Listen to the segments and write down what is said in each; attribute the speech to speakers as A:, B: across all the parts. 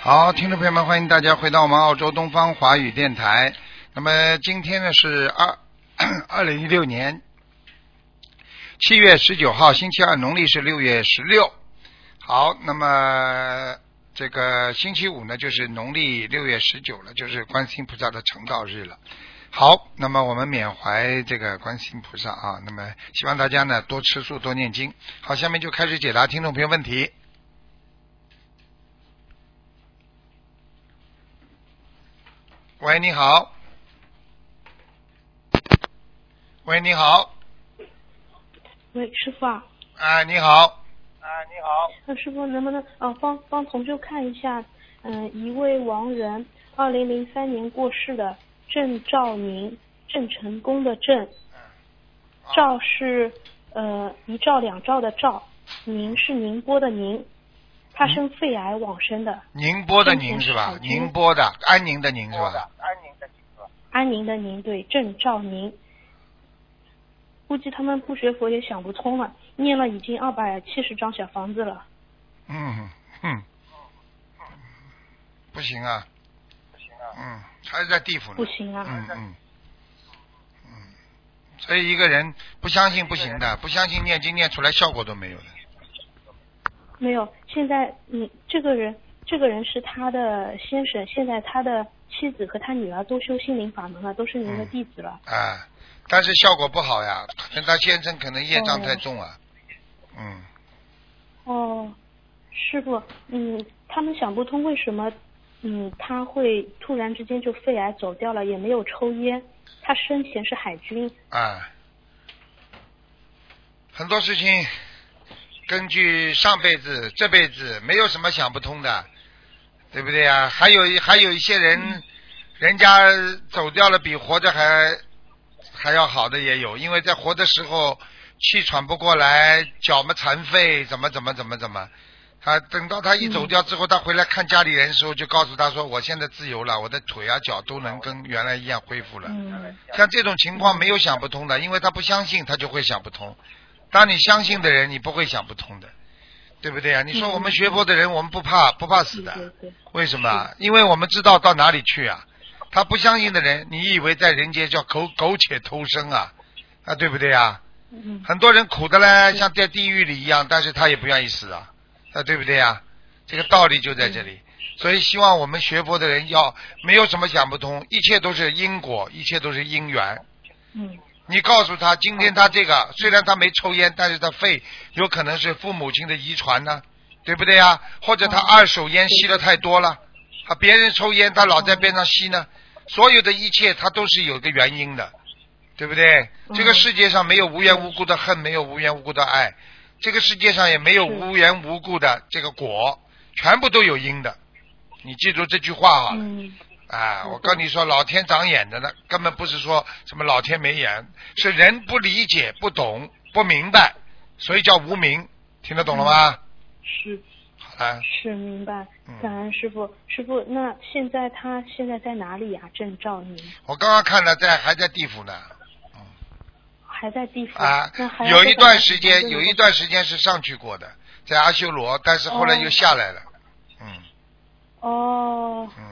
A: 好，听众朋友们，欢迎大家回到我们澳洲东方华语电台。那么今天呢是二 二零一六年七月十九号，星期二，农历是六月十六。好，那么这个星期五呢，就是农历六月十九了，就是观世音菩萨的成道日了。好，那么我们缅怀这个观世音菩萨啊，那么希望大家呢多吃素，多念经。好，下面就开始解答听众朋友问题。喂，你好。喂，你好。
B: 喂，师傅啊，
A: 啊，你好。啊，你好。
B: 呃，师傅能不能呃帮帮同学看一下，嗯、一位亡人，二零零三年过世的郑兆宁，郑成功的郑，兆是呃一兆两兆的兆，宁是宁波的宁，他生肺癌往生的，
A: 宁波的宁是吧？宁波的，安宁的宁是吧？
B: 安宁的宁对郑兆宁。估计他们不学佛也想不通了，念了已经二百七十张小房子了。
A: 嗯哼，不行啊。不行啊。嗯，还是在地府呢。
B: 不行啊
A: 嗯嗯。嗯所以一个人不相信不行的，不相信念经念出来效果都没有的。
B: 没有，现在嗯，这个人，这个人是他的先生，现在他的妻子和他女儿都修心灵法门了，都是您的弟子了。
A: 啊，但是效果不好呀，可能他先生可能业障太重啊。嗯，
B: 哦，师傅，嗯，他们想不通为什么，嗯，他会突然之间就肺癌走掉了，也没有抽烟，他生前是海军，
A: 啊，很多事情根据上辈子、这辈子没有什么想不通的，对不对呀？还有一还有一些人，人家走掉了比活着还还要好的也有，因为在活的时候气喘不过来，脚嘛残废，怎么怎么怎么怎么。他等到他一走掉之后，他回来看家里人的时候，就告诉他说：“我现在自由了，我的腿啊脚都能跟原来一样恢复了。”
B: 嗯，
A: 像这种情况没有想不通的，因为他不相信，他就会想不通。当你相信的人，你不会想不通的，对不对啊？你说我们学佛的人，我们不怕不怕死
B: 对对
A: 的，
B: 对，
A: 为什么啊？因为我们知道到哪里去啊。他不相信的人，你以为在人间叫苟苟且偷生啊？啊，对不对啊？
B: 嗯
A: 很多人苦的嘞，像在地狱里一样，但是他也不愿意死啊，啊，对不对啊？这个道理就在这里。所以希望我们学佛的人要没有什么想不通，一切都是因果，一切都是因缘。
B: 嗯
A: 你告诉他，今天他这个虽然他没抽烟，但是他肺有可能是父母亲的遗传呢、对不对呀、或者
B: 嗯
A: 他二手烟吸的太多了，啊，别人抽烟他老在边上吸呢，所有的一切他都是有一个原因的，对不对？
B: 嗯
A: 这个世界上没有无缘无故的恨，没有无缘无故的爱，这个世界上也没有
B: 是
A: 无缘无故的这个果，全部都有因的。你记住这句话好了。
B: 嗯，
A: 啊，
B: 嗯
A: 我跟你说，老天长眼的呢，根本不是说什么老天没眼，是人不理解、不懂、不明白，所以叫无明，听得懂了吗？
B: 是
A: 好了，
B: 是明白
A: 嗯，
B: 感恩师傅，师傅，那现在他现在在哪里啊呀、郑兆宁
A: 我刚刚看了在，还在地府呢。
B: 还在地府
A: 啊
B: 哦那还，要
A: 有
B: 再
A: 一
B: 给
A: 段
B: 他
A: 时
B: 几
A: 间，
B: 张
A: 有
B: 这
A: 一
B: 个
A: 段时间是上去过的，在阿修罗，但是后来又下来了。嗯
B: 哦，
A: 嗯，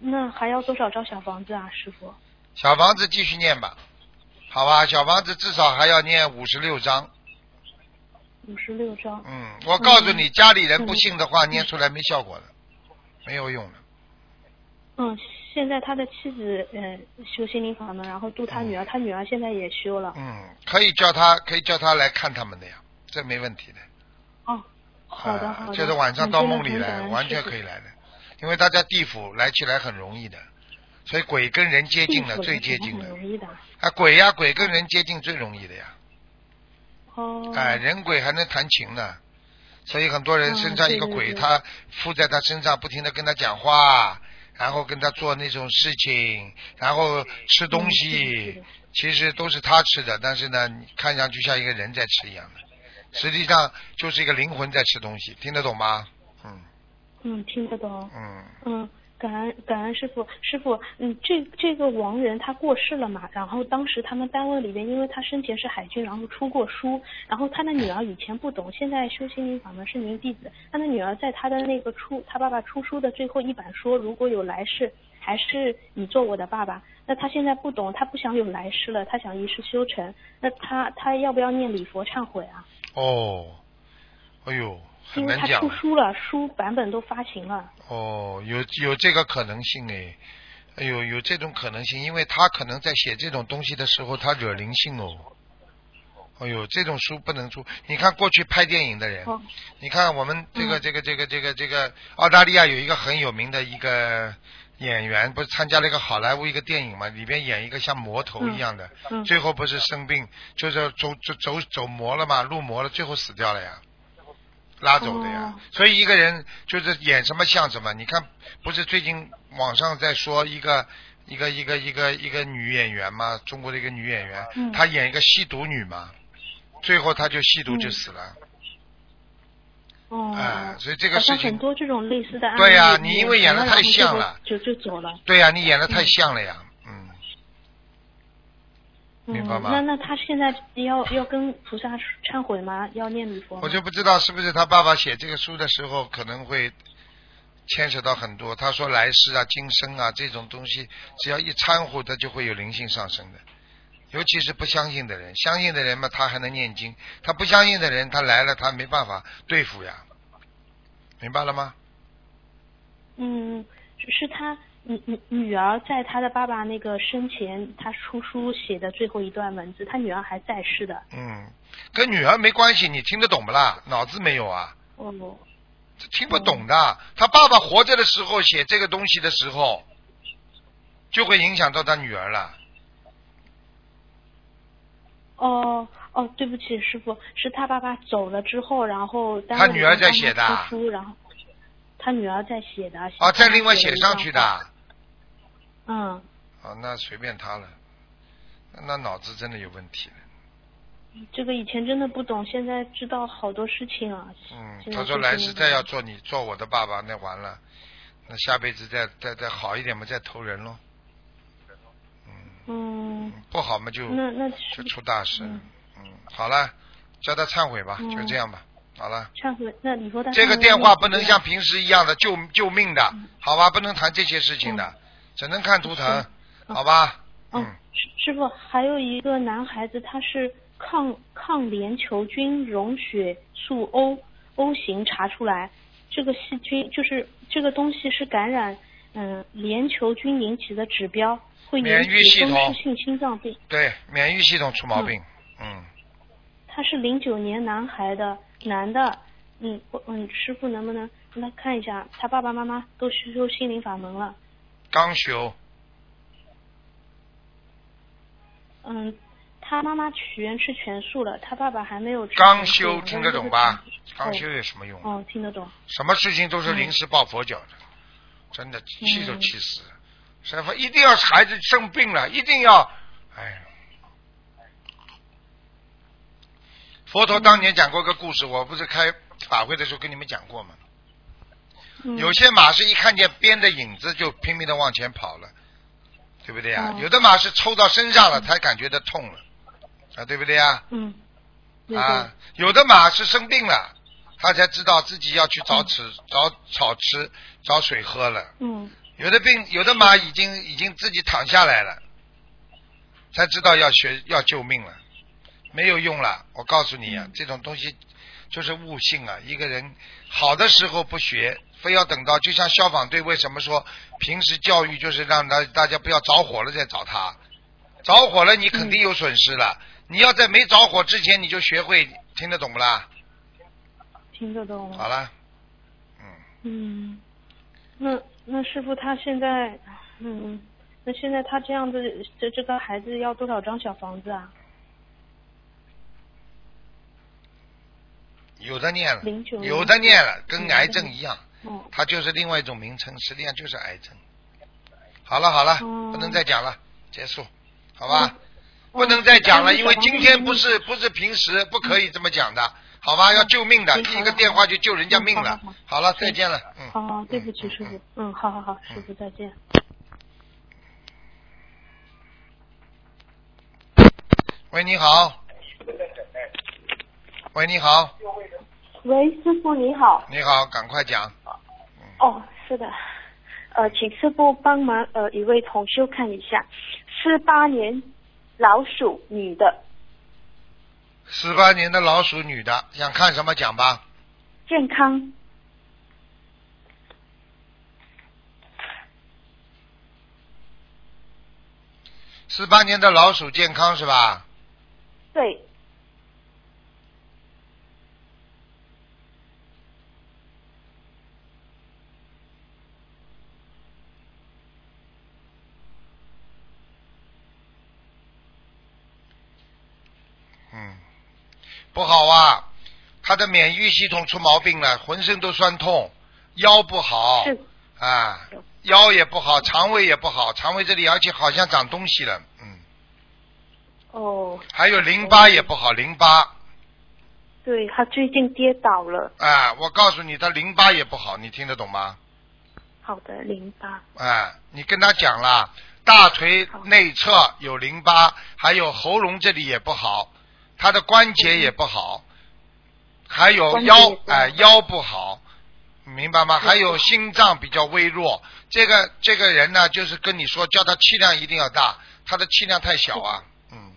B: 那还要多少张小房子啊，师傅？
A: 小房子继续念吧，好吧，小房子至少还要念五十六章。
B: 五十六张。
A: 嗯，我告诉你，家里人不信的话，念出来没效果的，没有用的。
B: 嗯，现在他的妻子呃修心灵法门，然后度他女儿，他女儿现在也修了。
A: 嗯，可以叫他，可以叫他来看他们的呀，这没问题的。
B: 哦，好的好
A: 啊
B: 的。
A: 就是晚上到梦里来，完全可
B: 以。
A: 以来的，因为大家地府来去来很容易的，所以鬼跟人接近了，最接近
B: 很
A: 了。
B: 容易的。
A: 啊，鬼呀、鬼跟人接近最容易的呀。
B: 哦。
A: 哎，人鬼还能弹琴呢，所以很多人
B: 嗯
A: 身上一个
B: 对对
A: 鬼，
B: 对
A: 他附在他身上，不停的跟他讲话，然后跟他做那种事情，然后吃东
B: 嗯是的
A: 西
B: 是的，
A: 其实都是他吃的，但是呢，你看上去像一个人在吃一样的，实际上就是一个灵魂在吃东西，听得懂吗？嗯
B: 嗯，听得懂。
A: 嗯，
B: 嗯，感恩感恩师傅，师傅，嗯，这这个亡人他过世了嘛？然后当时他们单位里边，因为他生前是海军，然后出过书，然后他的女儿以前不懂，现在修心灵法门是您弟子，他的女儿在他的那个出他爸爸出书的最后一版说，如果有来世，还是你做我的爸爸。那他现在不懂，他不想有来世了，他想一世修成。那他他要不要念礼佛忏悔啊？
A: 哦，哎呦，很
B: 因为
A: 难
B: 他
A: 讲啊
B: 出。书了，书版本都发行了。
A: 哦，有有这个可能性哎，哎呦，有这种可能性，因为他可能在写这种东西的时候，他惹灵性哦。哎呦，这种书不能出。你看过去拍电影的人，
B: 哦，
A: 你看我们这个
B: 嗯
A: 这个这个这个这个澳大利亚有一个很有名的一个演员，不是参加了一个好莱坞一个电影嘛，里边演一个像魔头一样的，
B: 嗯
A: 最后不是生病，就是走走走走魔了嘛，入魔了，最后死掉了呀，拉走的呀。
B: 哦
A: 所以一个人就是演什么像什么。你看，不是最近网上在说一个一个一个一个一个女演员嘛，中国的一个女演员，
B: 嗯
A: 她演一个吸毒女嘛，最后她就吸毒就
B: 嗯
A: 死了。
B: 哦。
A: 哎所以这个
B: 好
A: 事
B: 像
A: 情
B: 很多这种类似的案例。
A: 对呀
B: 你
A: 你因为演得太像了，
B: 就就走了。
A: 对呀、你演的太像了呀，嗯，
B: 嗯
A: 明白吗
B: 那那他现在要要跟菩萨忏悔吗？要念礼佛吗？
A: 我就不知道是不是他爸爸写这个书的时候可能会牵扯到很多，他说来世啊、今生啊这种东西，只要一掺和，他就会有灵性上升的。尤其是不相信的人，相信的人嘛，他还能念经；他不相信的人，他来了，他没办法对付呀，明白了吗？
B: 嗯，是是他女女女儿在他的爸爸那个生前，他出书写的最后一段文字，他女儿还在世的。
A: 嗯，跟女儿没关系，你听得懂不啦？脑子没有啊？
B: 哦，
A: 这听不懂的。他爸爸活着的时候写这个东西的时候，就会影响到他女儿了。
B: 哦哦，对不起，师傅，是他爸爸走了之后，然后单
A: 他
B: 位
A: 女
B: 里
A: 儿
B: 面
A: 在
B: 帮
A: 写的
B: 他出
A: 啊
B: 书，然后他女儿在写的。
A: 啊，再另外
B: 写了
A: 写
B: 一
A: 上
B: 段
A: 去
B: 话
A: 的。。啊，
B: 嗯
A: 那随便他了。那脑子真的有问题了。
B: 这个以前真的不懂，现在知道好多事情啊。
A: 嗯，
B: 现在
A: 他说
B: 就
A: 来
B: 是
A: 世
B: 那
A: 再要
B: 种
A: 做你做我的爸爸，那完了。那下辈子再再再好一点嘛，再投人喽。
B: 嗯，
A: 嗯不好嘛就
B: 那那是
A: 就出大事了
B: 嗯。
A: 嗯，好了，叫他忏悔吧，就
B: 嗯
A: 这样吧。好了。
B: 忏悔，那礼佛大忏
A: 这个
B: 悔
A: 电
B: 文
A: 话
B: 有
A: 不能
B: 几
A: 像平时一样的救救命的，
B: 嗯
A: 好吧？不能谈这些事情的，只能看图腾，
B: 嗯
A: 好吧？
B: 哦
A: 嗯，，
B: 师师傅，还有一个男孩子，他是抗抗联球菌溶血素 O O 型查出来，这个细菌就是这个东西是感染嗯联球菌引起的指标，会
A: 免
B: 引
A: 疫系
B: 起风
A: 统
B: 湿性心脏病。
A: 对，免疫系统出毛病，嗯，
B: 他是零九年男孩的男的，嗯，我嗯，师傅能不能让他看一下？他爸爸妈妈都修修心灵法门了，
A: 刚修，
B: 嗯，他妈妈许愿吃全素了，他爸爸还没有吃全素。
A: 刚修听得懂吧？
B: 两个人
A: 刚
B: 都是全素
A: 修有什么用？
B: 嗯哦，嗯听得懂。
A: 什么事情都是临时抱佛脚的，真的气都气死了。
B: 嗯
A: 师傅一定要孩子生病了，一定要，哎。佛陀当年讲过个故事，我不是开法会的时候跟你们讲过吗？
B: 嗯
A: 有些马是一看见边的影子就拼命的往前跑了，对不对呀、
B: 哦
A: 有的马是抽到身上了才感觉到痛了，啊，对不对呀、
B: 嗯，对
A: 啊？
B: 的，
A: 有的马是生病了，它才知道自己要去找吃、找草吃、找水喝了。
B: 嗯
A: 有的病，有的马已经已经自己躺下来了，才知道要学要救命了，没有用了。我告诉你啊，
B: 嗯
A: 这种东西就是悟性啊。一个人好的时候不学，非要等到就像消防队为什么说平时教育就是让大大家不要着火了再找他，着火了你肯定有损失了。你要在没着火之前你就学会，听得懂不啦？
B: 听得懂了。
A: 好了，嗯，
B: 嗯，那那师傅他现在，嗯，那现在他这样子，这这个孩子要多少张小房子啊？
A: 有的念了
B: 09，
A: 有的念了，跟癌症一样。
B: 哦，
A: 它就是另外一种名称，实际上就是癌症。好了好了，
B: 哦
A: 不能再讲了，结束，好吧？
B: 嗯
A: 不能再讲了，
B: 哦
A: 因为今天不是不是平时不可以这么讲的，好吧，要救命的，
B: 嗯好
A: 一个电话就救人家命了
B: 嗯好好好。
A: 好了，再见了，嗯。
B: 好好，哦对不起师傅，嗯，好好好，师傅再见。
A: 喂，你好。喂，你好，
C: 喂，师傅你好。
A: 你好，赶快讲。
C: 哦，是的，呃，请师傅帮忙呃一位同修看一下，四八年老鼠女的
A: 十八年的老鼠女的，想看什么讲吧？
C: 健康
A: 十八年的老鼠健康是吧？
C: 对
A: 嗯，不好啊，她的免疫系统出毛病了，浑身都酸痛，腰不好
C: 是
A: 啊，腰也不好，肠胃也不好，肠胃这里而且好像长东西了，嗯，
C: 哦，
A: 还有淋巴也不好，淋巴
C: 对她最近跌倒了，
A: 啊，我告诉你，她淋巴也不好，你听得懂吗？
C: 好的淋巴
A: 哎，你跟他讲了，大腿内侧有淋巴，还有喉咙这里也不好，他的关节也不好，还有
C: 关节也
A: 腰
C: 不好
A: 哎、腰不好，明白吗？还有心脏比较微弱，这个这个人呢，就是跟你说，叫他气量一定要大，他的气量太小啊，嗯，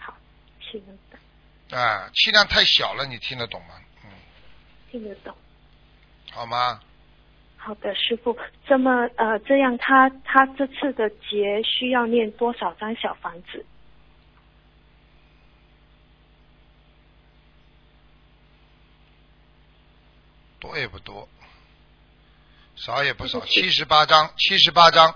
C: 好，听得懂
A: 哎、气量太小了，你听得懂吗？嗯，
C: 听得懂。
A: 好吗？
C: 好的，师傅，这么呃，这样她她这次的劫需要念多少张小房子？
A: 多也不多，少也不少，
C: 对
A: 七十八章，七十八章。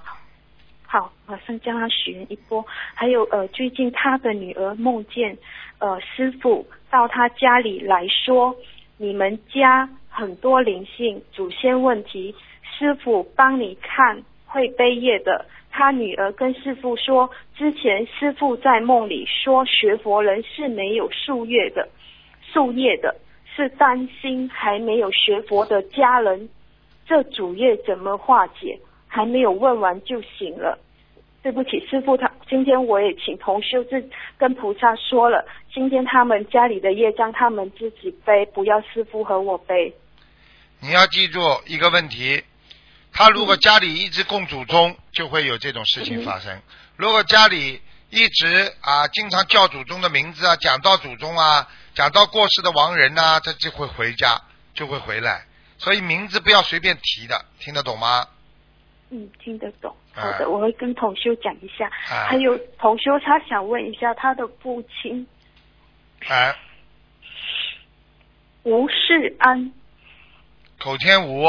C: 好，马上将他许愿一波。还有呃，最近他的女儿梦见呃师傅到他家里来说，你们家很多灵性祖先问题，师傅帮你看会背业的。他女儿跟师傅说，之前师傅在梦里说学佛人是没有树业的，树业的是担心还没有学佛的家人这主业怎么化解？还没有问完就醒了。对不起，师傅，他今天我也请同修自跟菩萨说了，今天他们家里的业障他们自己背，不要师傅和我背。
A: 你要记住一个问题，他如果家里一直供祖宗，就会有这种事情发生；如果家里一直啊经常叫祖宗的名字啊，讲到祖宗啊，讲到过世的亡人呐、他就会回家，就会回来。所以名字不要随便提的，听得懂吗？
C: 嗯，听得懂。
A: 哎
C: 好的，我会跟同修讲一下。
A: 哎
C: 还有同修他想问一下他的父亲
A: 哎，
C: 吴世安，
A: 口天吴，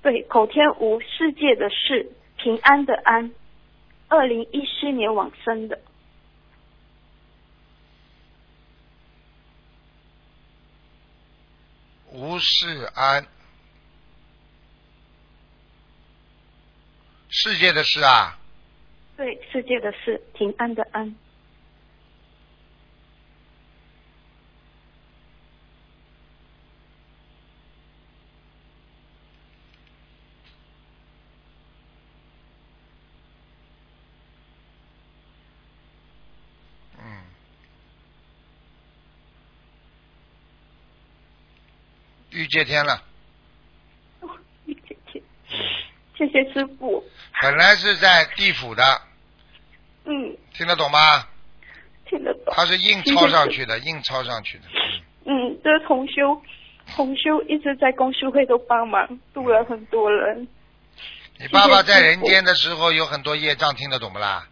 C: 对，口天吴，世界的世，平安的安，二零一四年往生的。
A: 吴世安，世界的事啊，
C: 对，世界的世，平安的安。
A: 嗯，玉界天了。
C: 谢谢，谢谢师傅。
A: 本来是在地府的，
C: 嗯，
A: 听得懂吗？
C: 听得懂。
A: 他是硬抄上去的，硬抄上去的。
C: 嗯，这个同修，同修一直在公修会都帮忙，度了很多人。
A: 你爸爸在人间的时候有很多业障，听得懂不啦？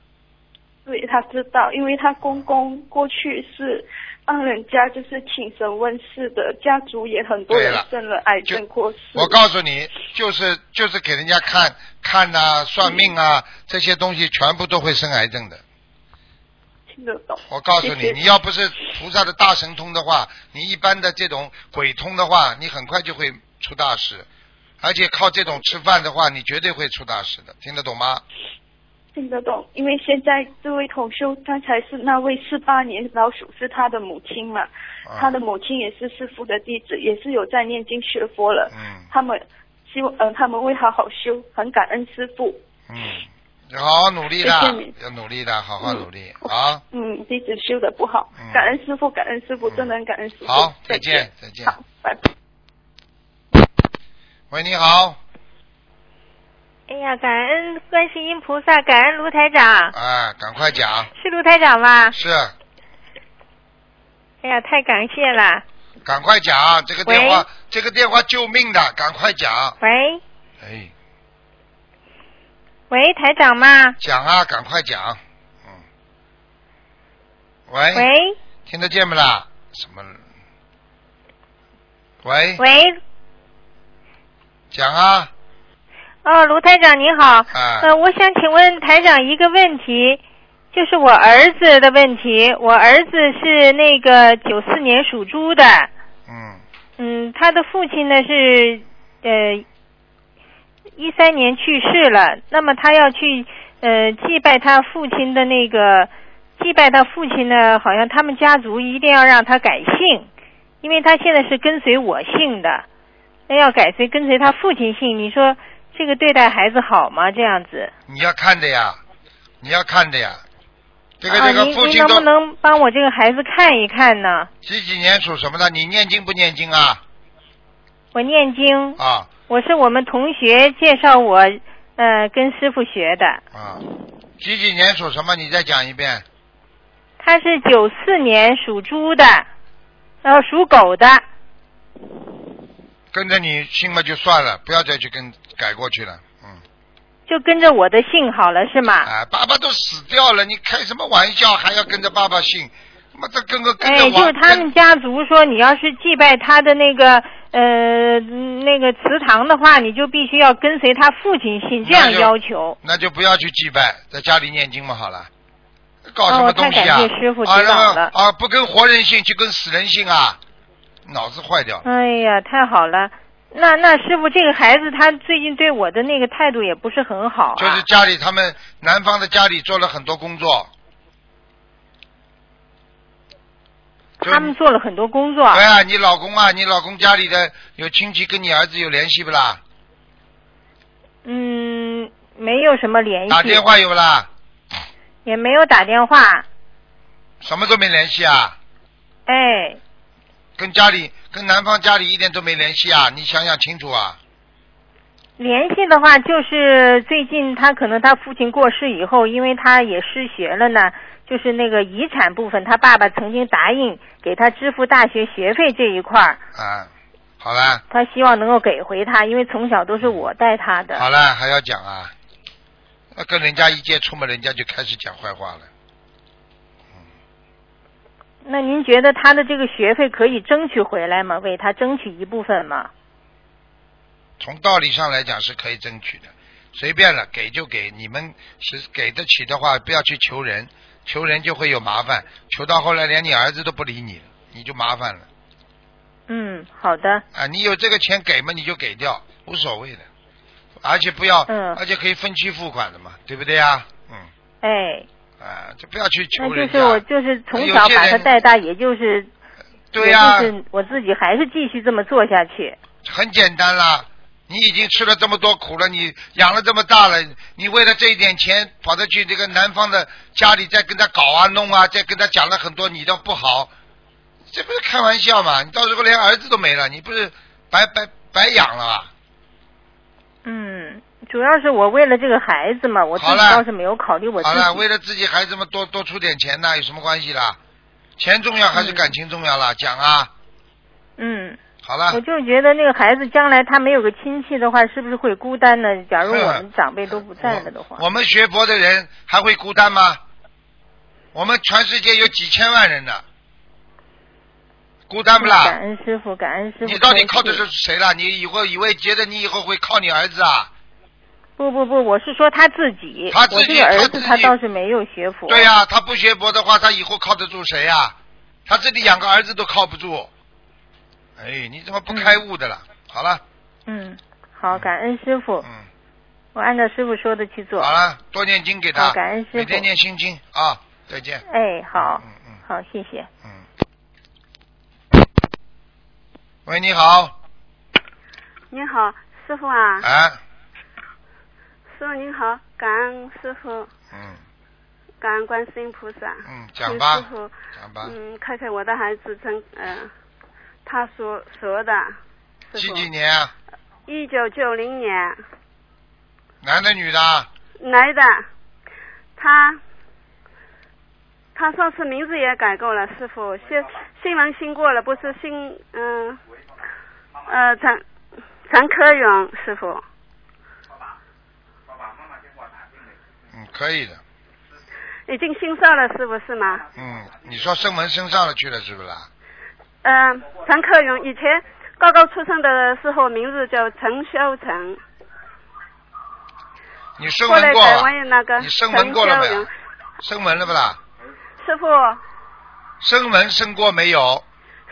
C: 对他知道，因为他公公过去是让人家就是请神问世的，家族也很多
A: 对
C: 人
A: 了
C: 生了癌
A: 就
C: 症过世。
A: 我告诉你，就是就是给人家看看呐、算命啊这些东西，全部都会生癌症的。
C: 听得懂。
A: 我告诉
C: 谢
A: 你，
C: 谢
A: 你要不是菩萨的大神通的话，你一般的这种鬼通的话，你很快就会出大事，而且靠这种吃饭的话，你绝对会出大事的，听得懂吗？
C: 听得懂，因为现在这位同修刚才是那位四八年老鼠是他的母亲嘛，
A: 啊
C: 他的母亲也是师傅的弟子，也是有在念经学佛了。
A: 嗯
C: 他们希望，呃，他们会好好修，很感恩师傅。
A: 嗯，好好努力的
C: 谢谢你，
A: 要努力的，好好努力，
C: 嗯
A: 好，
C: 嗯，弟子修的不好，
A: 嗯
C: 感恩师傅，感恩师傅，
A: 嗯
C: 真的很感恩师傅。
A: 好，再
C: 见
A: 见，，再见。
C: 好，拜拜。
A: 喂，你好，
D: 哎呀，感恩观世音菩萨，感恩卢台
C: 啊
D: 长，
A: 哎，赶快讲，
D: 是卢台长吧？
A: 是，
D: 哎呀，太感谢了。
A: 赶快讲，这个电话，这个电话救命的，赶快讲，
D: 喂
A: 哎，
D: 喂，台长吗？
A: 讲啊，赶快讲，嗯，喂，
D: 喂
A: 听得见不啦？什么？喂，
D: 喂，
A: 讲啊，
D: 哦，卢台长你好，
A: 哎，
D: 呃，我想请问台长一个问题，就是我儿子的问题。我儿子是那个九四年属猪的，
A: 嗯，
D: 嗯，他的父亲呢是呃一三年去世了，那么他要去呃祭拜他父亲的那个祭拜他父亲呢，好像他们家族一定要让他改姓，因为他现在是跟随我姓的，那要改随跟随他父亲姓，你说这个对待孩子好吗？这样子，
A: 你要看的呀，你要看的呀，这个
D: 啊，
A: 这个
D: 您
A: 父
D: 您
A: 亲
D: 能
A: 都
D: 不能帮我这个孩子看一看呢？
A: 几几年属什么的？你念经不念经啊？
D: 我念经，
A: 啊
D: 我是我们同学介绍我呃跟师傅学的。
A: 啊，几几年属什么？你再讲一遍。
D: 他是九四年属猪的，然后属狗的。
A: 跟着你信嘛就算了，不要再去跟改过去了。嗯，
D: 就跟着我的姓好了是吗？
A: 啊，爸爸都死掉了，你开什么玩笑？还要跟着爸爸姓？他妈的跟个跟着
D: 哎，
A: 我。
D: 就是他们家族说，你要是祭拜他的那个呃那个祠堂的话，你就必须要跟随他父亲姓，这样
A: 那就
D: 要求。
A: 那就不要去祭拜，在家里念经嘛好了。搞什
D: 哦
A: 么
D: 我
A: 东
D: 太
A: 西
D: 感
A: 啊？
D: 谢师傅
A: 啊，
D: 指导
A: 然后
D: 了
A: 啊，不跟活人姓，就跟死人姓啊，脑子坏掉了。
D: 哎呀，太好了！那那师傅，这个孩子他最近对我的那个态度也不是很好啊。
A: 就是家里他们南方的家里做了很多工作。就
D: 他们做了很多工作。
A: 对啊，你老公啊，你老公家里的有亲戚跟你儿子有联系不啦？
D: 嗯，没有什么联系，
A: 打电话有不啦？
D: 也没有打电话。
A: 什么都没联系啊，
D: 哎，
A: 跟家里跟男方家里一点都没联系啊，你想想清楚啊。
D: 联系的话，就是最近他可能他父亲过世以后，因为他也失学了呢，就是那个遗产部分，他爸爸曾经答应给他支付大学学费这一块儿，
A: 啊，好了，
D: 他希望能够给回他，因为从小都是我带他的。
A: 好了，还要讲啊？那跟人家一接触嘛，人家就开始讲坏话了。
D: 那您觉得他的这个学费可以争取回来吗？为他争取一部分吗？
A: 从道理上来讲是可以争取的，随便了，给就给。你们是给得起的话，不要去求人，求人就会有麻烦，求到后来连你儿子都不理你了，你就麻烦了
D: 嗯，好的，
A: 啊！你有这个钱给嘛，你就给掉，无所谓的，而且不要，
D: 嗯
A: 而且可以分期付款的嘛，对不对呀？嗯，
D: 哎，
A: 啊，就不要去
D: 那
A: 求
D: 就
A: 人
D: 是我
A: 家，
D: 就是从小把他带大，也就是
A: 对呀、
D: 也就是我自己还是继续这么做下去。
A: 很简单啦。你已经吃了这么多苦了，你养了这么大了，你为了这一点钱跑到去这个南方的家里再跟他搞啊弄啊，再跟他讲了很多你的不好，这不是开玩笑嘛？你到时候连儿子都没了，你不是白白白养了啊吧？
D: 嗯，主要是我为了这个孩子嘛，我自
A: 好
D: 己
A: 了
D: 倒是没有考虑我自
A: 好了，为
D: 己。
A: 了自己孩子们多多出点钱呐，有什么关系啦？钱重要还是感情重要啦？讲啊，
D: 嗯，
A: 好了
D: 我，就是觉得那个孩子将来他没有个亲戚的话，是不是会孤单呢？假如我们长辈都不在了的话
A: 我，我们学佛的人还会孤单吗？我们全世界有几千万人呢，孤单不
D: 感
A: 啦？
D: 恩师傅，感恩师傅。
A: 你到底靠的
D: 开
A: 是
D: 始
A: 谁了？你以后以为觉得你以后会靠你儿子啊？
D: 不不不，我是说他自己。
A: 他自己
D: 我这个儿子
A: 他
D: 他
A: 自己
D: 倒是没有学佛。
A: 对、呀、他不学佛的话，他以后靠得住谁呀、他自己养个儿子都靠不住。
D: 嗯
A: 哎，你怎么不开悟的啦？好了，
D: 嗯，好，感恩师傅。
A: 嗯，
D: 我按照师傅说的去做。
A: 好了，多念经给他
D: 好，感恩师
A: 每天
D: 父
A: 念心经啊，再见。
D: 哎，好
A: 嗯，嗯
D: 好，谢谢。
A: 嗯。喂，你好，
E: 您好，师傅啊，
A: 啊，
E: 师傅您好，感恩师傅，
A: 嗯
E: 感恩观世音菩萨。
A: 嗯，
E: 请
A: 讲吧
E: 师，傅，
A: 讲吧，
E: 嗯，看看我的孩子成，呃，他所说的，师
A: 几
E: 傅，
A: 几年啊？
E: 一九九零年
A: 男的女的啊？
E: 来的，他，他上次名字也改过了，师傅，新新郎新过了，不是新，嗯、呃，陈陈科勇师傅，
A: 嗯，可以的，
E: 已经新上了，师傅是吗？
A: 嗯，你说升门升上了去了是不是啦？
E: 嗯，陈克勇以前高高出生的时候名字叫陈修成，
A: 你升
E: 后
A: 门
E: 来
A: 过
E: 改
A: 了，
E: 为那个
A: 你升
E: 陈修
A: 门过了没有
E: 荣。
A: 升门了不啦？
E: 师傅
A: 升门升过没有？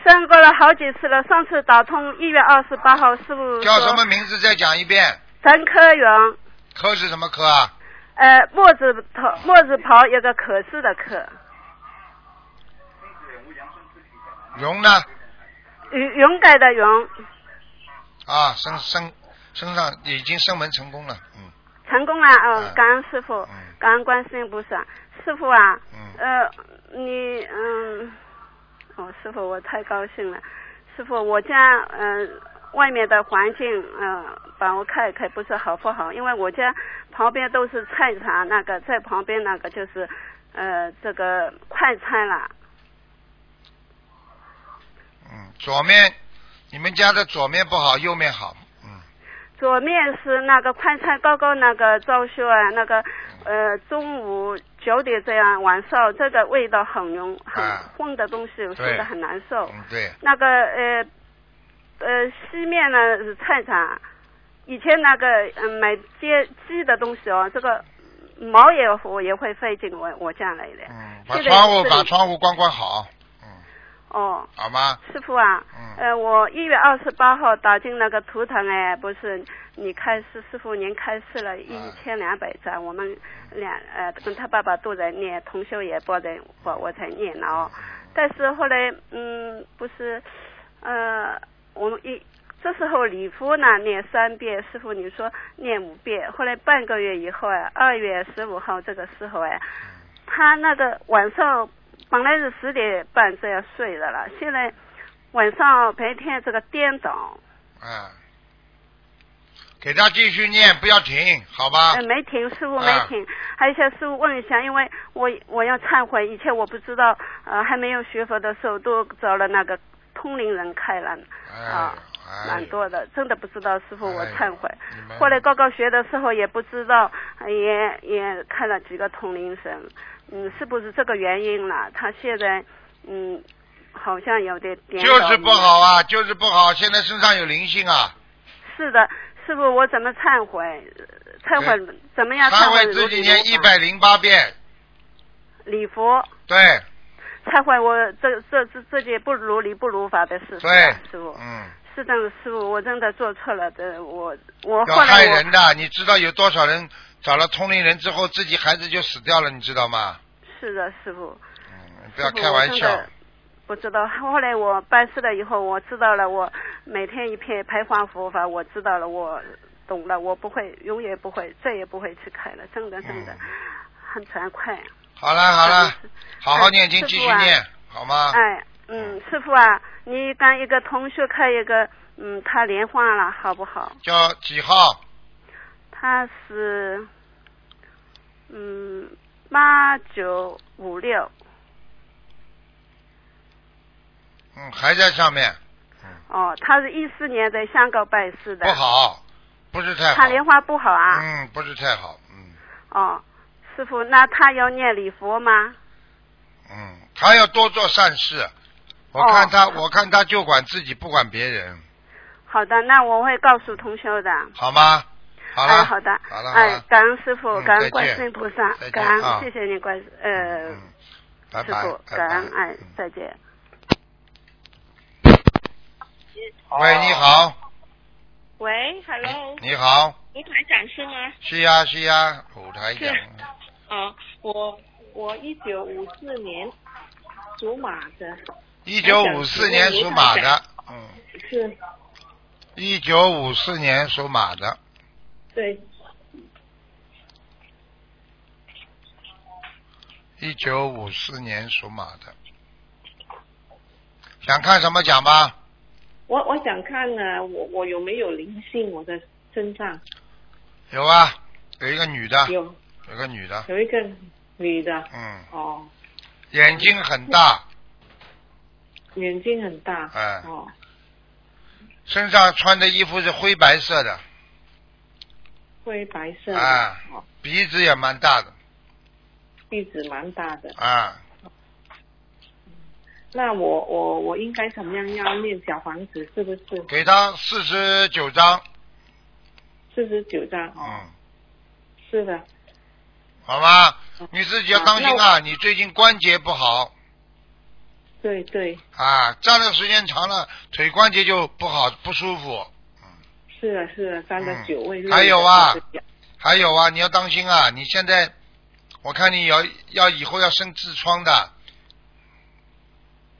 E: 申过了好几次了，上次打通一月二十八号，师傅
A: 叫什么
E: 说
A: 名字？再讲一遍。
E: 陈科勇，
A: 科是什么科啊？
E: 呃，墨字头墨字旁有个可是的可，
A: 荣呢？
E: 勇勇敢的勇，
A: 啊，升升升上已经升门成功了，嗯
E: 成功了哦
A: 嗯，
E: 感恩师傅，
A: 嗯
E: 感恩观世音菩萨，师傅啊，
A: 嗯，
E: 呃，你嗯，哦，师傅，我太高兴了。师傅，我家嗯、呃外面的环境嗯、呃帮我看一看不是好不好？因为我家旁边都是菜场，那个在旁边那个就是呃这个快餐啦。
A: 嗯，左面，你们家的左面不好，右面好，
E: 哦
A: 嗯，
E: 左面是那个快餐高高那个装修啊，那个呃中午九点这样，晚上这个味道很浓，很
A: 啊
E: 混的东西，我
A: 对
E: 觉得很难受。
A: 嗯对，
E: 那个呃呃西面呢是菜场，以前那个嗯、买鸡鸡的东西哦，这个毛也我也会飞进我我家来的。
A: 嗯，把
E: 现在
A: 窗户
E: 是
A: 把窗户关关好，嗯，
E: 哦，
A: 好吗？
E: 师傅啊，
A: 嗯，
E: 呃，我一月二十八号打进那个图腾哎，不是你开示，师傅您开示
A: 嗯
E: 了一千两百张，我们俩呃跟他爸爸都在念，同修也帮在我我在念了哦。但是后来嗯不是，呃我们一这时候礼佛呢念三遍，师傅你说念五遍，后来半个月以后啊，二月十五号这个时候哎、他那个晚上本来是十点半这样睡的了，现在晚上白天这个颠倒，
A: 嗯，给他继续念，不要停，好吧
E: 呃，？没停，师傅
A: 啊
E: 没停。还有一些师傅问一下，因为我我要忏悔，以前我不知道，呃，还没有学佛的时候都找了那个通灵人开了，
A: 哎
E: 啊，
A: 哎
E: 蛮，多的，真的不知道师傅我
A: 哎
E: 忏悔。
A: 你们
E: 后来高高学的时候也不知道，呃也也看了几个通灵神，嗯，是不是这个原因啦？他现在嗯，好像有点点
A: 就是不。好啊，就是不好，现在身上有灵性啊，
E: 是的，师傅，我怎么忏悔？呃忏悔怎么样？
A: 他
E: 忏
A: 会
E: 悔
A: 哎自
E: 如
A: 己
E: 理
A: 念
E: 如
A: 一
E: 法
A: 百零八遍，
E: 礼佛，
A: 对
E: 忏悔我这这这这件不如理不如法的事。啊
A: 对
E: 师傅，，
A: 嗯。
E: 是这样的，师傅，我真的做错了的，我我
A: 要
E: 后
A: 害
E: 来我
A: 人的，你知道有多少人找了通灵人之后，自己孩子就死掉了，你知道吗？
E: 是的，师傅。
A: 嗯，不要开玩
E: 师傅我真
A: 笑
E: 的。不知道， 后来我办事了以后，我知道了，我每天一片排华佛法，我知道了，我懂了，我不会，永远不会，再也不会去开了，真的，啊真的，
A: 嗯
E: 很惭愧。
A: 好了好了，好好
E: 哎
A: 念经，
E: 师
A: 继
E: 傅
A: 续
E: 啊
A: 念，好吗？
E: 哎，嗯，师傅啊，你跟一个同学开一个，嗯，他莲花了，好不好？
A: 叫几号？
E: 他是，嗯，八九五六，
A: 嗯，还在上面，
E: 哦，他是一四年在香港拜师的
A: 不，好，不是太好
E: 他。莲花不好啊。
A: 嗯，不是太好，嗯
E: 哦，师傅，那他要念礼佛吗？
A: 嗯，他要多做善事。我
E: 哦
A: 看他，我看他就管自己，不管别人，
E: 好的，那我会告诉同修的。
A: 好吗？好
E: 哎，
A: 了，
E: 好的，
A: 好了，好
E: 哎
A: 了，，
E: 感恩师傅
A: 嗯，
E: 感
A: 再
E: 恩观
A: 见
E: 世音菩萨
A: 再见，
E: 感
A: 啊
E: 恩，谢谢你观世，呃，
A: 嗯，拜
E: 师
A: 拜
E: 傅，，
A: 拜
E: 感
A: 拜
E: 恩，哎
A: 嗯，
E: 再见。
A: 喂，你好。
F: 喂
A: 你
F: ，Hello，
A: 哎你好，
F: 卢台长是吗？
A: 是呀是呀，舞台讲
F: 是啊，我我一九五四年属马的，
A: 一九五四年属马的，嗯，
F: 是，
A: 一九五四年属马的，
F: 对，
A: 一九五四年属马的，想看什么讲吧？
F: 我我想看呢，我我有没有灵性？我的身上
A: 有啊，有一个女的，
F: 有
A: 有个女的，
F: 有一个女的，
A: 嗯，
F: 哦，
A: 眼睛很大，
F: 眼睛很大，
A: 哎
F: 哦，
A: 身上穿的衣服是灰白色的，
F: 灰白色的，
A: 啊
F: 哦，
A: 鼻子也蛮大的，
F: 鼻子蛮大的。
A: 啊，
F: 那我我我应该怎么样要念小房子？是不是
A: 给她四十九张，
F: 四十九张？哦，
A: 嗯，
F: 是的，
A: 好吗？你自己要当心
F: 好
A: 啊，你最近关节不好
F: 对对，
A: 啊，站的时间长了，腿关节就不好不舒服。
F: 是的，是的，三
A: 嗯
F: 个九位、
A: 还有啊还有啊，你要当心啊，你现在我看你要要以后要生痔疮的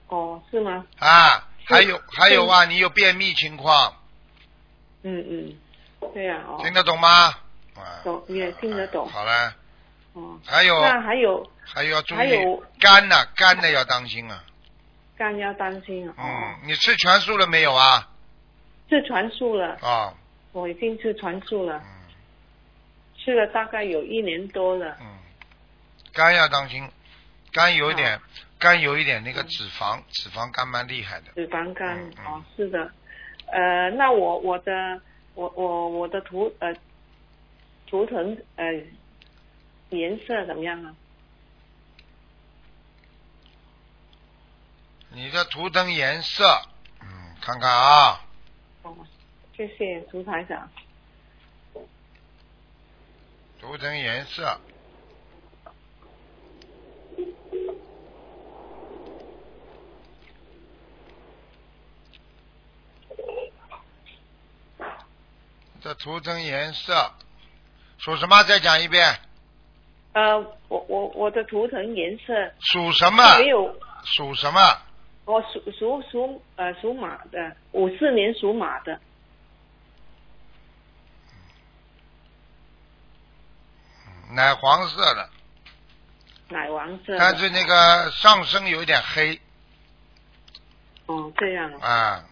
F: 哦，是吗？
A: 啊，还有还有啊，你有便秘情况，
F: 嗯嗯，对呀、哦，
A: 听得懂吗？啊，
F: 懂也听得懂
A: 好了，
F: 哦。
A: 还有
F: 那还有
A: 还有要注
F: 还
A: 意
F: 有
A: 肝呐、肝的要当心啊。
F: 肝要担心啊，
A: 嗯
F: 哦，，
A: 你吃全素了没有啊？
F: 吃传素了，
A: 啊，
F: 我已经吃传素了，
A: 嗯
F: 吃了大概有一年多了，
A: 嗯，肝要当心，肝有一点，
F: 嗯
A: 肝有一点那个脂肪，脂肪肝蛮厉害的。
F: 脂肪肝
A: 嗯嗯
F: 哦，是的，呃，那我我的我我我的图呃图腾呃颜色怎么样啊？
A: 你的图腾颜色，嗯，看看啊，
F: 哦，谢谢涂台长，
A: 图腾颜色。这图腾颜色属什么？再讲一遍，
F: 呃，我我我的图腾颜色
A: 属什么？
F: 没有。
A: 属什么？
F: 我属属属呃属马的，五四年属马的，
A: 嗯奶黄色的，
F: 奶黄色的。
A: 但是那个上身有一点黑
F: 哦，这样啊。
A: 啊。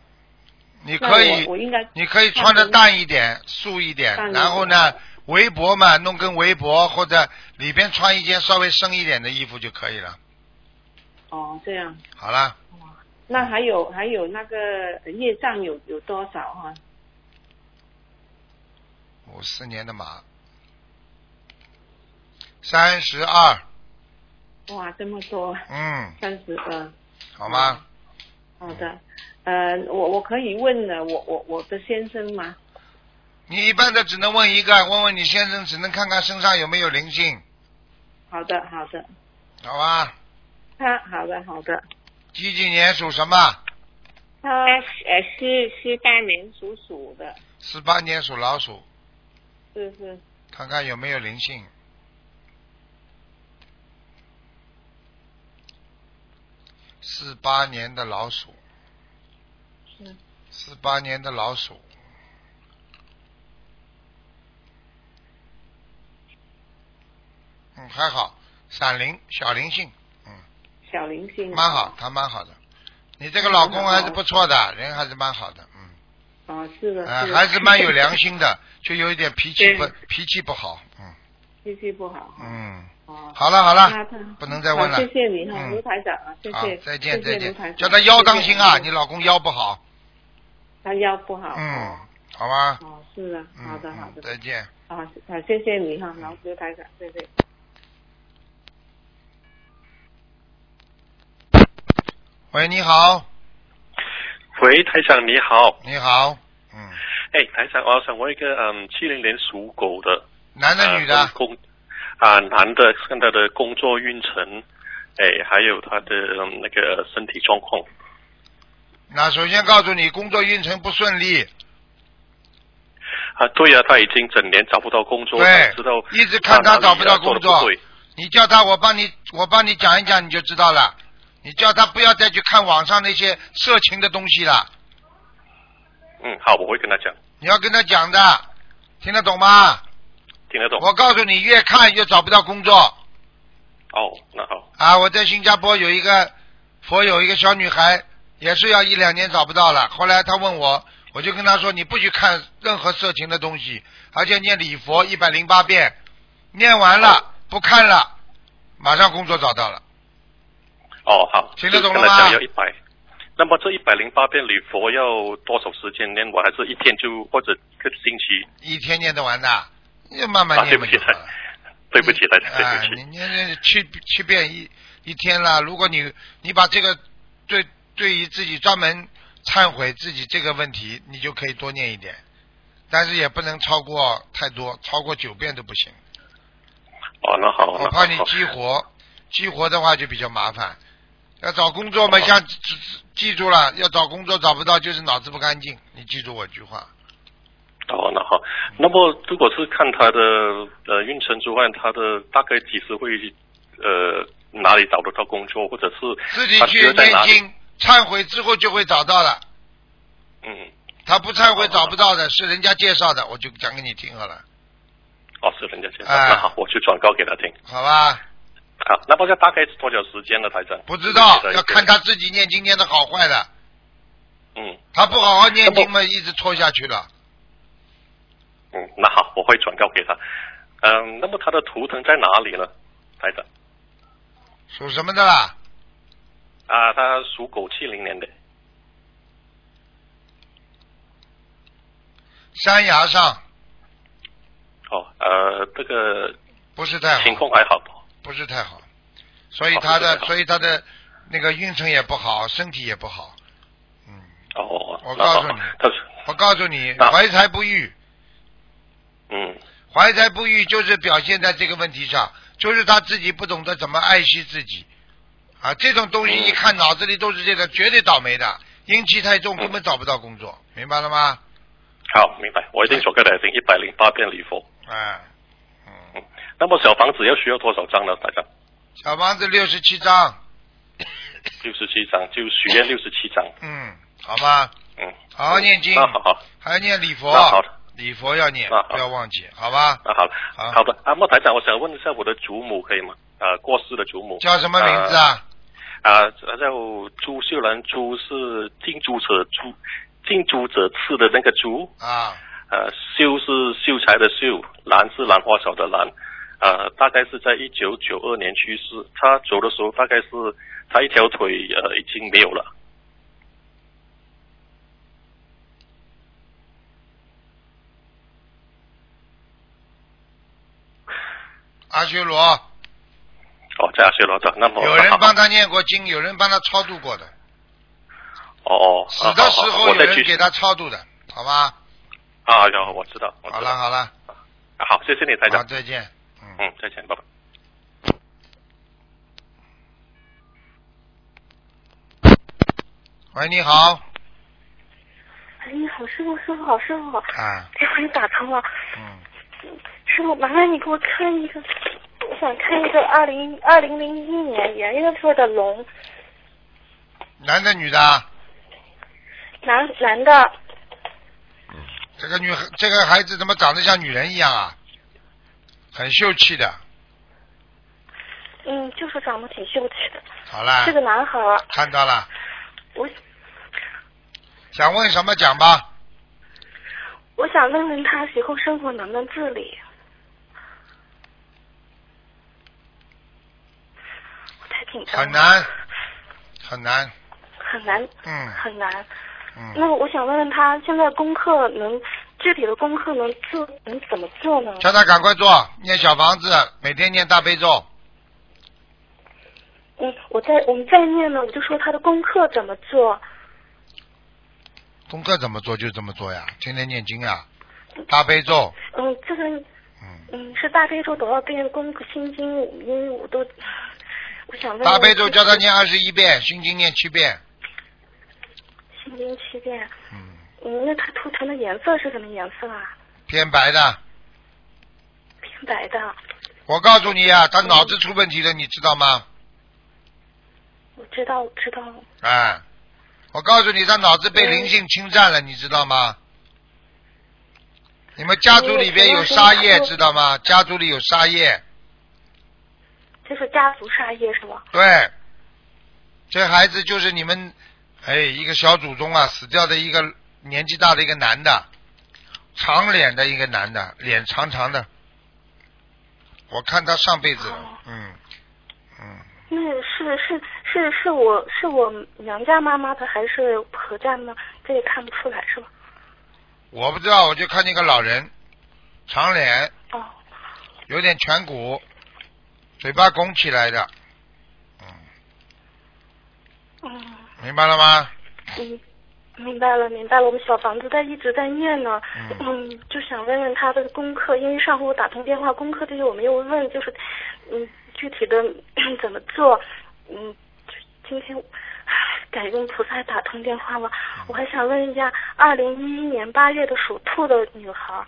A: 你
F: 那
A: 可
F: 我我
A: 以，
F: 应该
A: 你可以穿的淡一点、素一
F: 淡
A: 点，
F: 一
A: 然后呢，围脖嘛，弄根围脖或者里边穿一件稍微深一点的衣服就可以了。
F: 哦这样。
A: 好了，
F: 那还有还有那个业障有有多少啊？
A: 五四年的马，三十二，
F: 哇，这么多，
A: 嗯，
F: 三十二。
A: 好吗？
F: 嗯好的，呃，我我可以问了，我我我的先生吗？
A: 你一般的只能问一个，问问你先生，只能看看身上有没有灵性，
F: 好的好的，
A: 好吧？
F: 他好的好的，
A: 几几年属什么？
F: 他呃是是大年属鼠的，
A: 十八年属老鼠，
F: 是是
A: 看看有没有灵性。四八年的老鼠，
F: 是，
A: 四八年的老鼠，嗯，还好，闪灵小灵性，
F: 小灵性。
A: 蛮好，。他蛮好的。你这个老公还是不错的，人还是蛮好的，嗯，
F: 哦，是的，
A: 啊、
F: 是的
A: 还是蛮有良心的，就有一点脾气不脾气不好，嗯
F: 脾气不好。
A: 嗯，
F: 哦。
A: 好了好
F: 那
A: 了，
F: 他
A: 不能再问了
F: 好，谢谢你哈，
A: 嗯
F: 卢台长啊，谢
A: 好
F: 谢，，
A: 再见
F: 谢
A: 再
F: 谢卢台
A: 见，叫
F: 长
A: 他腰当心啊，
F: 谢谢
A: 你老公腰不好，
F: 他腰不好，
A: 嗯，好吧，
F: 哦，是的，
A: 嗯
F: 好的好
A: 嗯
F: 的，
A: 再见。
F: 啊啊，谢谢你哈，老卢台长，谢谢。
A: 喂，你好，
G: 喂，台长你好，
A: 你好，嗯，
G: 哎，台长，我想问一个，嗯，七零年属狗的，
A: 男的
G: 呃
A: 女的？
G: 工啊、男的，看他的工作运程，哎，还有他的、嗯那个身体状况，
A: 那首先告诉你，工作运程不顺利，
G: 啊，对呀、他已经整年找不到工作，
A: 对
G: 他知道
A: 一直看他
G: 他
A: 找不到工作
G: 哪里啊做得不对
A: 你叫他，我帮你，我帮你讲一讲，你就知道了。你叫他不要再去看网上那些色情的东西了，
G: 嗯，好，我会跟他讲，
A: 你要跟他讲的，听得懂吗？
G: 听得懂。
A: 我告诉你，越看越找不到工作
G: 哦，那好，
A: 啊！我在新加坡有一个佛友，一个小女孩，也是要一两年找不到了。后来她问我，我就跟她说，你不许看任何色情的东西，而且念礼佛一百零八遍，念完了不看了，马上工作找到了。
G: 哦，好，
A: 听得懂了
G: 就
A: 吗
G: 跟他讲要一百。那么这一百零八遍礼佛要多少时间念？我还是一天就或者一个星期？
A: 一天念得完的，你就慢慢
G: 啊，对
A: 念
G: 不
A: 嘛
G: 起
A: 就好
G: 大
A: 了。
G: 家，对不起 大家，对
A: 啊，
G: 不起。
A: 你你你去去遍一一天了，如果你你把这个对对于自己专门忏悔自己这个问题，你就可以多念一点，但是也不能超过太多，超过九遍都不行。
G: 哦，那好，
A: 我
G: 那
A: 怕你
G: 好
A: 激活，激活的话就比较麻烦。要找工作嘛，
G: 好
A: 像记记住了，要找工作找不到就是脑子不干净，你记住我一句话。
G: 哦，那好。那么如果是看他的呃运程之外，他的大概几时会呃哪里找得到工作，或者是
A: 自己
G: 他需
A: 去
G: 要在
A: 念
G: 哪里？
A: 经忏悔之后就会找到了。
G: 嗯，
A: 他不忏悔找不到的，是人家介绍的，我就讲给你听好了，
G: 哦，是人家介绍。
A: 哎
G: 那好，我去转告给他听。
A: 好吧？
G: 好，那么这大概是多久时间呢，台长？
A: 不知道
G: 给一个
A: 要看。他自己念经念的好坏的，
G: 嗯
A: 他不好好念经
G: 那
A: 嘛，一直拖下去了。
G: 嗯，那好，我会转告给他。嗯，那么他的图腾在哪里呢，台长？
A: 属什么的啦？
G: 啊，他属狗，七零年的。
A: 山崖上
G: 哦，呃，这个
A: 不是太
G: 情
A: 好，
G: 况还好不？
A: 不是太好，所以
G: 哦
A: 他
G: 不是太
A: 的
G: 好
A: 所以他的那个运程也不好，身体也不好。嗯，
G: 哦，
A: 我
G: 那好
A: 告诉你
G: 他是
A: 我告诉你，
G: 啊
A: 怀才不遇，
G: 嗯。
A: 怀才不遇就是表现在这个问题上，就是他自己不懂得怎么爱惜自己，啊，这种东西
G: 嗯
A: 一看脑子里都是这个，绝对倒霉的，阴气太
G: 嗯
A: 重，根本找不到工作，明白了吗？
G: 好，明白，我一定做给他听一百零八遍礼佛。
A: 哎，
G: 嗯，那么小房子要需要多少张呢？大家
A: 小房子六十七张，
G: 六十七张，就许愿六十七张。
A: 嗯，好吗？
G: 嗯，
A: 好好念经，
G: 那好好，
A: 还要念礼佛
G: 那好的，
A: 礼佛要念
G: 那，好
A: 不要忘记，好吧？
G: 那好了，
A: 好
G: 好的。啊，莫台长，我想问一下我的祖母可以吗？啊，过世的祖母
A: 叫什么名字啊？
G: 啊，叫朱秀兰，朱是近朱者朱，近朱者赤的那个朱，
A: 啊，
G: 呃，秀是秀才的秀，兰是兰花草的兰，呃，大概是在一九九二年去世。他走的时候，大概是他一条腿呃已经没有了。
A: 阿修罗，
G: 哦，在阿修罗道。那么
A: 有人
G: 好好
A: 帮他念过经，有人帮他超度过的，
G: 哦哦，
A: 死
G: 好
A: 的
G: 好
A: 时
G: 好
A: 候
G: 我
A: 有
G: 再
A: 人
G: 去
A: 给他超度的，好吧？
G: 啊，有我知道，我
A: 好
G: 知
A: 了
G: 道。
A: 好了，
G: 好，谢谢你台
A: 好
G: 长。
A: 再见，嗯。
G: 嗯，再见，拜拜。
A: 喂，你好，
H: 哎，你好，师傅，师傅好，师傅好，
G: 嗯
A: 啊，
H: 这回打通了。
A: 嗯，
H: 师傅，麻烦你给我看一个，我想看一个二零二零零一年元月份的龙，
A: 男的女的啊？
H: 男男的，
A: 嗯这个女孩，这个孩子怎么长得像女人一样啊？很秀气的，
H: 嗯，就是长得挺秀气的，
A: 好啦
H: 是，个男孩儿。
A: 看到了，
H: 我
A: 想问什么讲吧？
H: 我想问问他以后生活能不能自理。我太紧张了
A: 很，难，很难，
H: 很难，
A: 嗯
H: 很难。那
A: 嗯，
H: 我想问问他，现在功课能具体的功课能做能怎么做呢？
A: 叫他赶快做，念小房子，每天念大悲咒，
H: 嗯，我在我们在念呢，我就说他的功课怎么做，
A: 功课怎么做就怎么做呀，天天念经呀，大悲咒，
H: 嗯，这个
A: 嗯，
H: 嗯是大悲咒多少遍，功课心经五音我都，我想问问
A: 大悲咒叫他念二十一遍，心经念七遍，
H: 心经七遍，
A: 嗯，
H: 嗯，那他图腾的颜色是什么颜色啊？
A: 偏白的。
B: 偏白的，
A: 我告诉你啊，他脑子出问题了，你知道吗？
B: 我知道，我知道，
A: 哎，我告诉你，他脑子被灵性侵占了，你知道吗？你们家族里边有沙叶，知道吗？家族里有沙叶，
B: 就是家族杀业是吗？
A: 对，这孩子就是你们，哎，一个小祖宗啊，死掉的一个年纪大的一个男的，长脸的一个男的，脸长长的，我看他上辈子
B: 哦
A: 了，嗯，嗯，
B: 那是是是是我是我娘家妈妈的还是婆家妈？这也看不出来是吧？
A: 我不知道，我就看见一个老人，长脸，
B: 哦，
A: 有点颧骨，嘴巴拱起来的，
B: 嗯，
A: 明白了吗？
B: 嗯，明白了明白了。我们小房子在一直在念呢，
A: 嗯，
B: 嗯，就想问问他的功课，因为上回我打通电话，功课这些我没有问，就是嗯具体的怎么做，嗯，就今天唉感恩菩萨打通电话了，我还想问一下，二零一一年八月的属兔的女孩儿，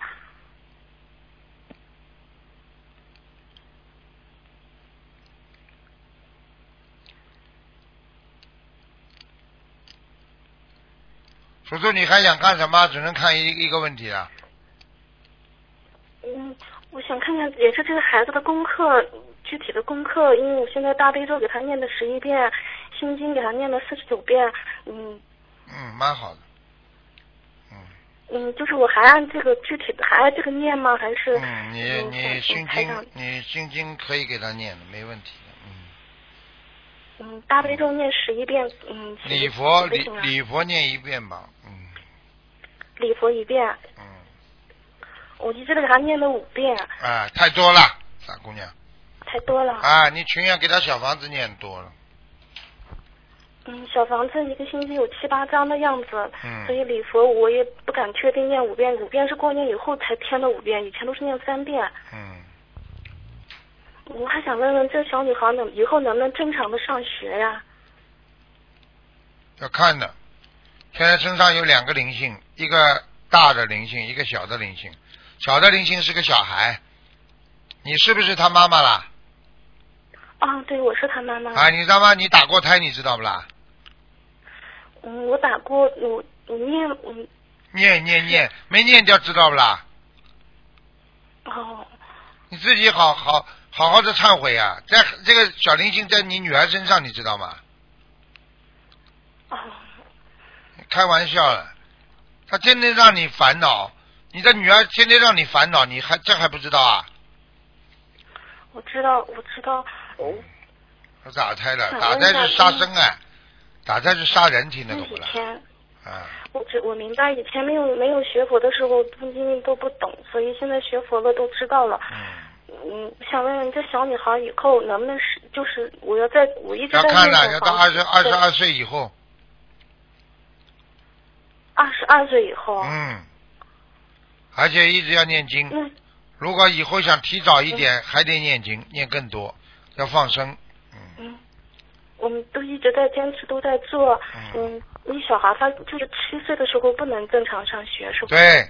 A: 叔叔，你还想看什么？只能看一一个问题了。
B: 嗯，我想看看也是这个孩子的功课，具体的功课，因为我现在大悲咒给他念的十一遍，心经给他念了四十九遍，嗯
A: 嗯，蛮好的。嗯
B: 嗯，就是我还按这个具体的还按这个念吗？还是
A: 嗯，你你心
B: 台长
A: 经，你心经可以给他念的，没问题的。嗯，
B: 嗯大悲咒念十一遍，嗯
A: 礼佛
B: 礼
A: 礼礼佛念一遍吧。嗯
B: 礼佛一遍，
A: 嗯，
B: 我一直给他念了五遍，
A: 啊，太多了，傻姑娘
B: 太多了。
A: 啊，你群要给他小房子念多了。
B: 嗯，小房子一个星期有七八张的样子，
A: 嗯
B: 所以礼佛我也不敢确定念五遍，五遍是过年以后才添的五遍，以前都是念三遍。
A: 嗯，
B: 我还想问问，这小女孩能以后能不能正常的上学呀、
A: 要看的。现在身上有两个灵性，一个大的灵性，一个小的灵性。小的灵性是个小孩，你是不是他妈妈啦？
B: 啊？对，我是她妈妈。
A: 啊，你他妈你打过胎，你知道不啦？
B: 嗯，我打过，我我念，嗯，
A: 念念念，没念掉知道不啦？
B: 哦，
A: 你自己好好好好的忏悔啊！在这个小灵性在你女儿身上，你知道吗？
B: 哦，
A: 开玩笑了，她天天让你烦恼，你的女儿天天让你烦恼，你还这还不知道啊？
B: 我知道，我知道，我
A: 她打胎了，
B: 嗯
A: 打胎是杀生啊，打胎是杀人，听得
B: 那
A: 懂不
B: 几
A: 啦？
B: 天，
A: 啊，
B: 我只我明白，以前没有没有学佛的时候，不经都不懂，所以现在学佛了都知道了。
A: 嗯，
B: 嗯，想问问这小女孩以后能不能是，就是我要在，我一直
A: 要
B: 在
A: 看了，
B: 念
A: 要
B: 小
A: 到
B: 房
A: 二
B: 子
A: 十二十二岁以后，
B: 二十二岁以后，
A: 嗯，而且一直要念经。
B: 哦嗯
A: 如果以后想提早一点，还得念经，念更多，要放生。
B: 嗯，我们都一直在坚持，都在做。
A: 嗯
B: 嗯，你小孩他就是七岁的时候不能正常上学，是吧？
A: 对，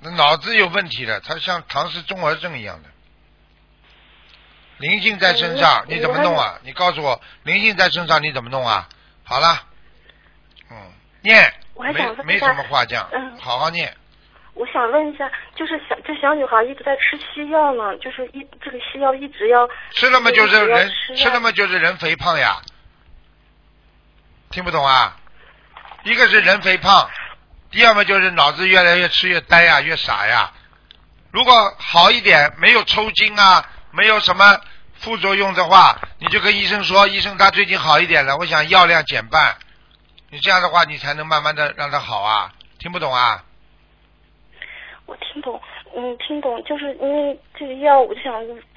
A: 那脑子有问题了，他像唐氏综合症一样的，灵性在身上，
B: 嗯
A: 你怎么弄啊？你告诉我，灵性在身上你怎么弄啊？好了，嗯，念，
B: 我还想
A: 没
B: 问
A: 没
B: 一下
A: 什么话讲，
B: 嗯
A: 好好念，
B: 我想问一下，就是小这小女孩一直在吃西药呢，就是一这个西药一直要
A: 吃了嘛就是
B: 一直要
A: 人，
B: 吃啊
A: 吃
B: 药
A: 了嘛就是人肥胖呀，听不懂啊？一个是人肥胖，第二嘛就是脑子越来越吃越呆呀，越傻呀。如果好一点，没有抽筋啊，没有什么副作用的话，你就跟医生说，医生他最近好一点了，我想药量减半。你这样的话，你才能慢慢的让他好啊。听不懂啊？
B: 我听懂，嗯，听懂，就是因为这个药，我就想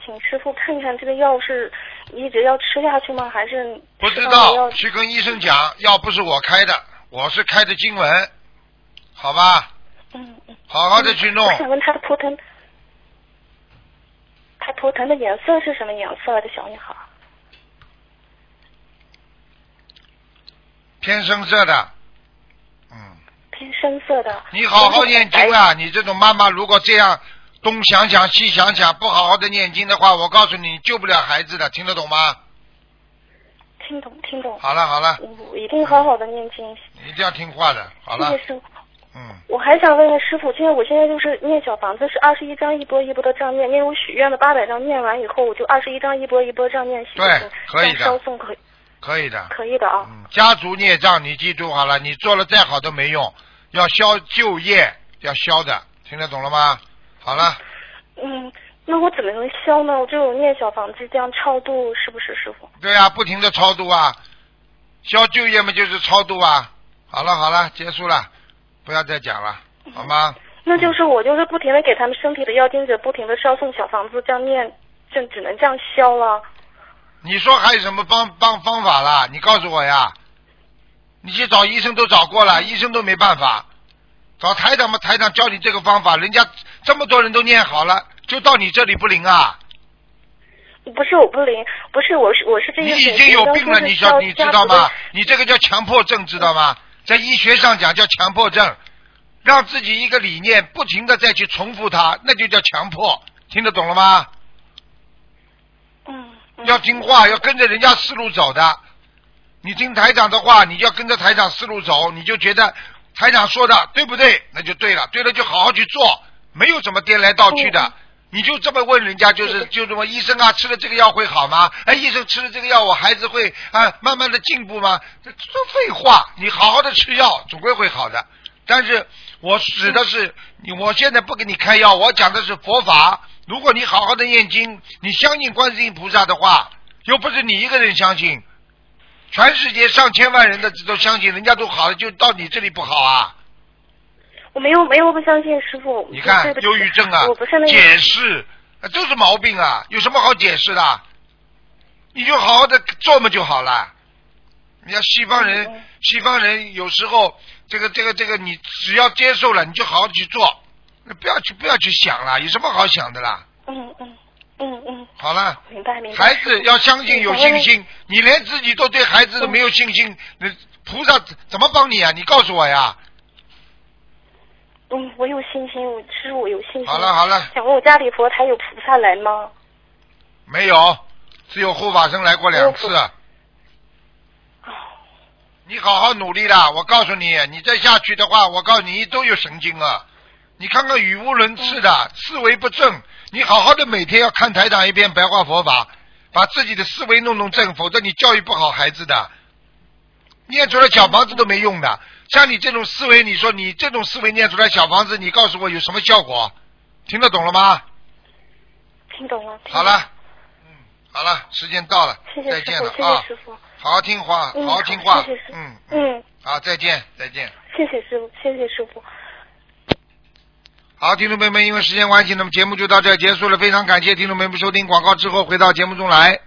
B: 请师傅看一看，这个药是一直要吃下去吗？还是
A: 不知
B: 吃完了
A: 道，
B: 要
A: 去跟医生讲，药不是我开的，我是开的经文，好吧？
B: 嗯嗯，
A: 好好的去弄
B: 我。想问她的头疼，她头疼的颜色是什么颜色啊？这小女孩
A: 偏深色的，嗯，
B: 偏深色的。
A: 你好好念经啊！你这种妈妈如果这样东想想西想想，不好好的念经的话，我告诉你，你救不了孩子的，听得懂吗？
B: 听懂，听懂。嗯
A: 好了好了，
B: 我我一定好好的念经。
A: 你一定要听话的。好
B: 谢谢
A: 了，
B: 师傅。
A: 嗯，
B: 我还想问问师傅，因为我现在就是念小房子是二十一张一波一波的这样念，因为我许愿的八百张念完以后，我就二十一张一波一波这样念，许
A: 对可以的
B: 烧送可以
A: 可以的。
B: 可以的啊。
A: 嗯，家族孽障你记住好了，你做了再好都没用，要消就业，要消的，听得懂了吗？好了，
B: 嗯，那我怎么能消呢？我就有念小房子这样超度，是不是师傅？
A: 对呀、不停的超度啊，消就业嘛就是超度啊。好了好了，结束了，不要再讲了，好吗？
B: 那就是我就是不停的给他们身体的要经者不停的烧送小房子，这样念，这只能这样消了。
A: 你说还有什么方方方法啦？你告诉我呀！你去找医生都找过了，医生都没办法。找台长嘛，台长教你这个方法，人家这么多人都念好了，就到你这里不灵啊！
B: 不是我不灵，不是我是我是这
A: 你
B: 个
A: 已经有病了，你
B: 消
A: 知你知道吗？？你这个叫强迫症，知道吗？在医学上讲叫强迫症，让自己一个理念不停的再去重复它，那就叫强迫。听得懂了吗？
B: 嗯，嗯
A: 要听话，要跟着人家思路走的。你听台长的话，你就要跟着台长思路走，你就觉得台长说的对不对，那就对了，对了就好好去做，没有什么颠来倒去的。你就这么问人家，哦就是就这么医生啊，吃了这个药会好吗？哎，医生吃了这个药，我孩子会啊慢慢的进步吗？这说废话，你好好的吃药，总归会好的。但是我指的是你，我现在不给你开药，我讲的是佛法。如果你好好的念经，你相信观世音菩萨的话，又不是你一个人相信，全世界上千万人的都相信，人家都好了，就到你这里不好啊！
B: 我没有没有不相信师傅。
A: 你看
B: 对不起
A: 忧郁症啊
B: 我不是那，个
A: 解释啊都是毛病啊，有什么好解释的？你就好好的做嘛就好了。你看西方
B: 嗯
A: 人，西方人有时候这个这个这个，你只要接受了，你就好好去做，不要去不要去想了，有什么好想的啦？
B: 嗯嗯嗯嗯，
A: 好了。
B: 明白明白。
A: 孩子要相信有信心，你连自己都对孩子都没有信心，那菩萨怎么帮你啊？你告诉我呀！
B: 嗯，我有信心，我师傅我有信心。
A: 好了。好了，
B: 想问我家里佛台有菩萨来吗？
A: 没有，只有护法僧来过两次。你好好努力啦！我告诉你，你再下去的话，我告诉你都有神经啊！你看看语无伦次
B: 嗯
A: 的，思维不正。你好好的每天要看台长一遍白话佛法，把自己的思维弄弄正，否则你教育不好孩子的。念出来小房子都没用的，像你这种思维，你说你这种思维念出来小房子，你告诉我有什么效果？听得懂了吗？
B: 听懂了。听懂
A: 好了，，嗯，好了，时间到了，
B: 谢谢
A: 再
B: 师
A: 见
B: 傅，
A: 了
B: 谢
A: 啊
B: 谢！师傅。
A: 好好听话，
B: 嗯
A: 好好听话
B: 好谢谢，
A: 嗯嗯，
B: 嗯，
A: 好，再见，再见。
B: 谢谢师傅，谢谢师傅。
A: 好，听众朋友们，因为时间关系，那么节目就到这儿结束了。非常感谢听众朋友们收听广告之后回到节目中来。